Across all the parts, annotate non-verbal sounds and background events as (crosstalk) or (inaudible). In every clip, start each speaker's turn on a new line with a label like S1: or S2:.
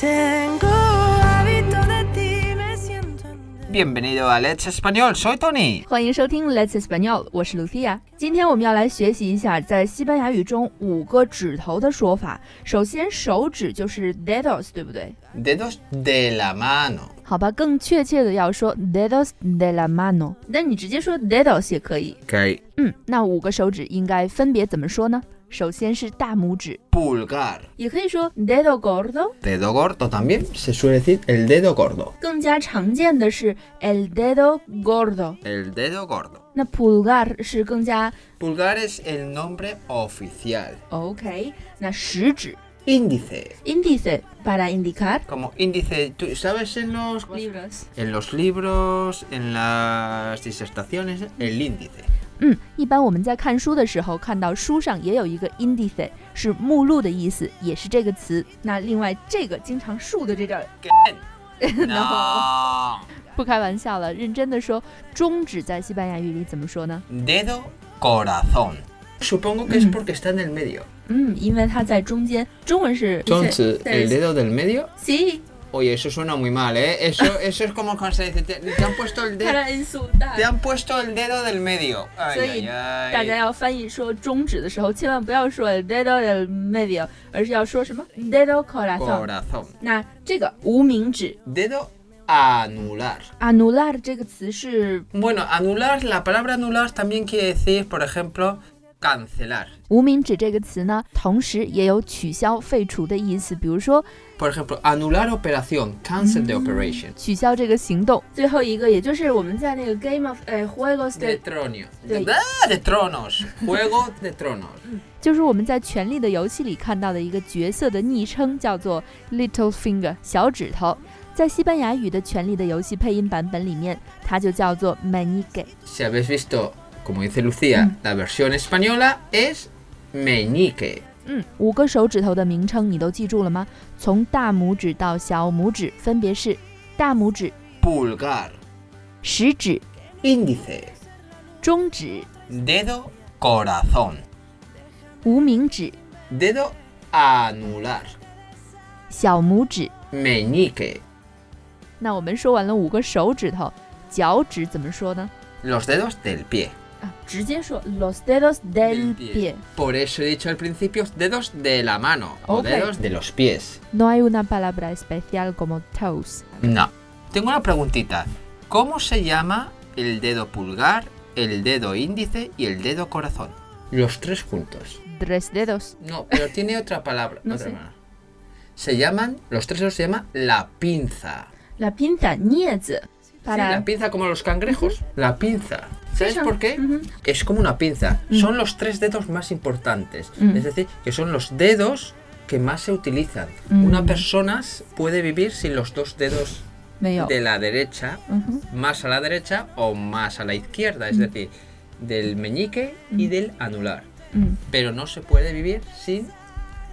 S1: Tengo hábito de ti, me siento en deuda.
S2: Bienvenido a Let's Español, soy Tony。
S3: 欢迎收听 Let's Español，我是 Lucia。今天我们要来学习一下在西班牙语中五个指头的说法。首先，手指就是 dedos，对不对？
S2: Dedos de la mano。
S3: 好吧，更确切的要说 dedos de la mano，那你直接说 dedos 也可以。
S2: OK。
S3: 嗯，那五个手指应该分别怎么说呢？首先是大拇指，
S2: Pulgar。
S3: 也可以说 dedo gordo，
S2: Dedo gordo también se suele decir el dedo gordo.
S3: 更加常见的是 el dedo gordo。
S2: El dedo gordo.
S3: 那 pulgar 是更加
S2: Pulgar es el nombre oficial.
S3: OK，那食指
S2: Índice.
S3: índice para indicar
S2: Como índice, tú sabes en los
S3: libros。
S2: en los libros, en las disertaciones, el índice.
S3: 嗯，一般我们在看书的时候，看到书上也有一个 indice，是目录的意思，也是这个词。那另外这个经常竖的这点儿，
S2: No.
S3: 不开玩笑了，认真的说，中指在西班牙语里怎么说呢？
S2: Dedo corazón. Supongo que es porque está en el medio.
S3: 嗯，因为它在中间，中文是
S2: Entonces, el
S3: el
S2: dedo del medio.
S3: sí
S2: Oye, eso suena muy mal, ¿eh? Eso,
S3: (laughs)
S2: eso es como cuando se dice, te, te han puesto el dedo.
S3: para insultar
S2: Te。han puesto el dedo del medio. Ay,
S3: Soy-
S2: ay, ay.
S3: 大家要翻译说中指的时候，千万不要说 dedo del medio，而是要说什么 dedo corazón。
S2: Corazón.
S3: 那这个无名指
S2: Dedo anular.
S3: anular 这个词是
S2: Bueno, anular, la palabra anular también quiere decir, por ejemplo, cancelar.
S3: 无名指这个词呢，同时也有取消、废除的意思，比如说
S2: Por ejemplo, anular operación, cancel
S3: Mm.
S2: the operation.
S3: 取消这个行动。最后一个，也就是我们在那个 Game of 呃 Juegos
S2: De
S3: de，
S2: tronio.
S3: De-
S2: Ah, de tronos. Juego de tronos.
S3: 就是我们在《权力的游戏》里看到的一个角色的昵称，叫做 Little Finger 小指头。在西班牙语的《权力的游戏》配音版本里面，它就叫做 Manique。
S2: Si habéis visto, como dice Lucía,
S3: Mm.
S2: la versión española es meñique.
S3: 嗯，五个手指头的名称你都记住了吗？从大拇指到小拇指，分别是大拇指、
S2: Pulgar,
S3: 食指、
S2: índice,
S3: 中指、
S2: dedo, corazón,
S3: 无名指、
S2: dedo anular,
S3: 小拇指。
S2: meñique.
S3: 那我们说完了五个手指头，脚趾怎么说呢？
S2: Los dedos del pie.
S3: 啊，直接说 los dedos del
S2: Del pie.
S3: pie。
S2: Por eso he dicho al principio dedos de la mano o
S3: Ok.
S2: dedos de los pies.
S3: No hay una palabra especial como toes。
S2: No. Tengo una preguntita. ¿Cómo se llama el dedo pulgar, el dedo índice y el dedo corazón? Los tres juntos.
S3: Tres dedos。
S2: No, pero tiene otra palabra.
S3: No
S2: otra
S3: sé.
S2: palabra. Se llaman, los tres dedos se llama la pinza.
S3: La pinza 镊子。
S2: Sí, la pinza como los cangrejos. La pinza. ¿Sabes
S3: Esa.
S2: por qué?
S3: Ujú.
S2: Es como una pinza. Son los tres dedos más importantes.
S3: Mm.
S2: Es decir, que son los dedos que más se utilizan.
S3: Mm.
S2: Una persona s- puede vivir sin los dos dedos
S3: 没有。
S2: de la derecha,
S3: 嗯哼。
S2: más a la derecha o más a la izquierda. Es decir, del meñique y del anular.
S3: 嗯
S2: Pero no se puede vivir sin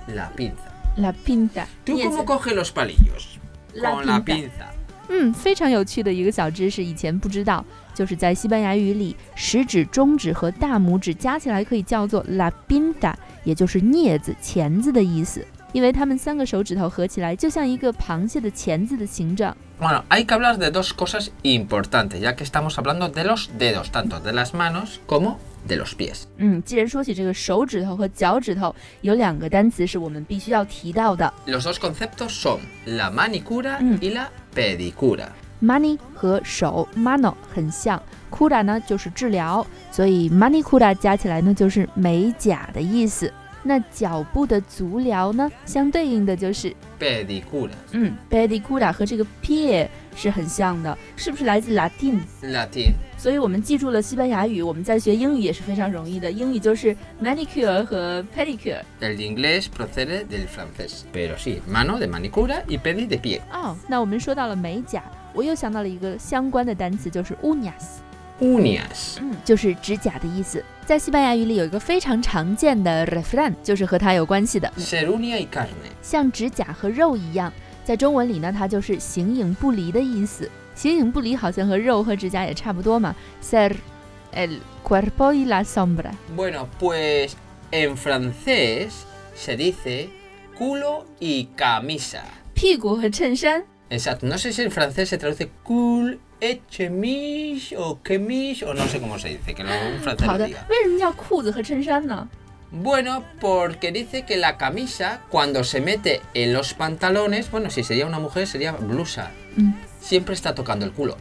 S2: la pinza.
S3: ，la pinza
S2: ¿Tú
S3: 镊
S2: cómo
S3: 子。
S2: coges los palillos?
S3: La
S2: Con la
S3: pinza.
S2: pinza.
S3: 嗯，非常有趣的一个小知识，以前不知道。就是在西班牙语里，食指、中指和大拇指加起来可以叫做 la pinza，也就是镊子、钳子的意思。因为它们三个手指头合起来，就像一个螃蟹的钳子的形状。
S2: Bueno, hay que hablar de dos cosas importantes, ya que estamos hablando de los dedos, tanto de las manos como de los pies.
S3: 嗯，既然说起这个手指头和脚趾头，有两个单词是我们必须要提到的
S2: Los dos conceptos son la manicura
S3: Mm.
S2: y la pedicura.
S3: ，money 和手 mano 很像，cura 呢就是治疗，所以 money cura 加起来呢就是美甲的意思。那脚部的足疗呢，相对应的就是
S2: Pedicura,
S3: 嗯 b e d i c u r a 和这个 pie 是很像的，是不是来自 Latin？
S2: latín.
S3: 所以我们记住了西班牙语，我们在学英语也是非常容易的，英语就是 manicure 和 pedicure。
S2: El inglés procede del francés, pero sí, mano de manicura y pedi de pie.
S3: 哦，那我们说到了美甲，我又想到了一个相关的单词，就是 uñas，
S2: Uñas.
S3: 嗯，就是指甲的意思。在西班牙语里有一个非常常见的 refran，就是和它有关系的，
S2: Ser uña y carne.
S3: 像指甲和肉一样，在中文里呢，它就是形影不离的意思。形影不离好像和肉和指甲也差不多嘛。ser el cuerpo y la sombra。
S2: Bueno, pues en francés se dice culo y camisa.
S3: 屁股和衬衫。
S2: Exacto, no sé si en francés se traduce cool, chemise o chemise o no sé cómo se dice, que lo, un francés
S3: 好
S2: lo
S3: 的，
S2: diga.
S3: 为什么叫裤子和衬衫呢？
S2: Bueno, porque dice que la camisa cuando se mete en los pantalones, bueno, si sería una mujer sería blusa,
S3: 嗯，
S2: siempre está tocando el culo.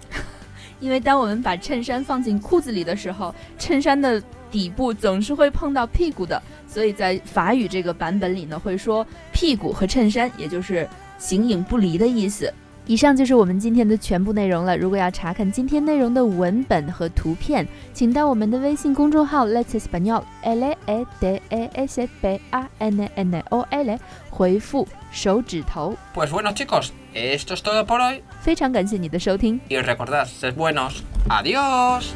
S3: 因为当我们把衬衫放进裤子里的时候，衬衫的底部总是会碰到屁股的，所以在法语这个版本里呢，会说屁股和衬衫，也就是形影不离的意思。以上就是我们今天的全部内容了。如果要查看今天内容的文本和图片，请到我们的微信公众号 Let's Español L E D E S B A N N O L 回复手指头。
S2: Pues bueno chicos, esto es todo por hoy
S3: 非常感谢你的收听。
S2: y recordad, sed buenos. Adiós.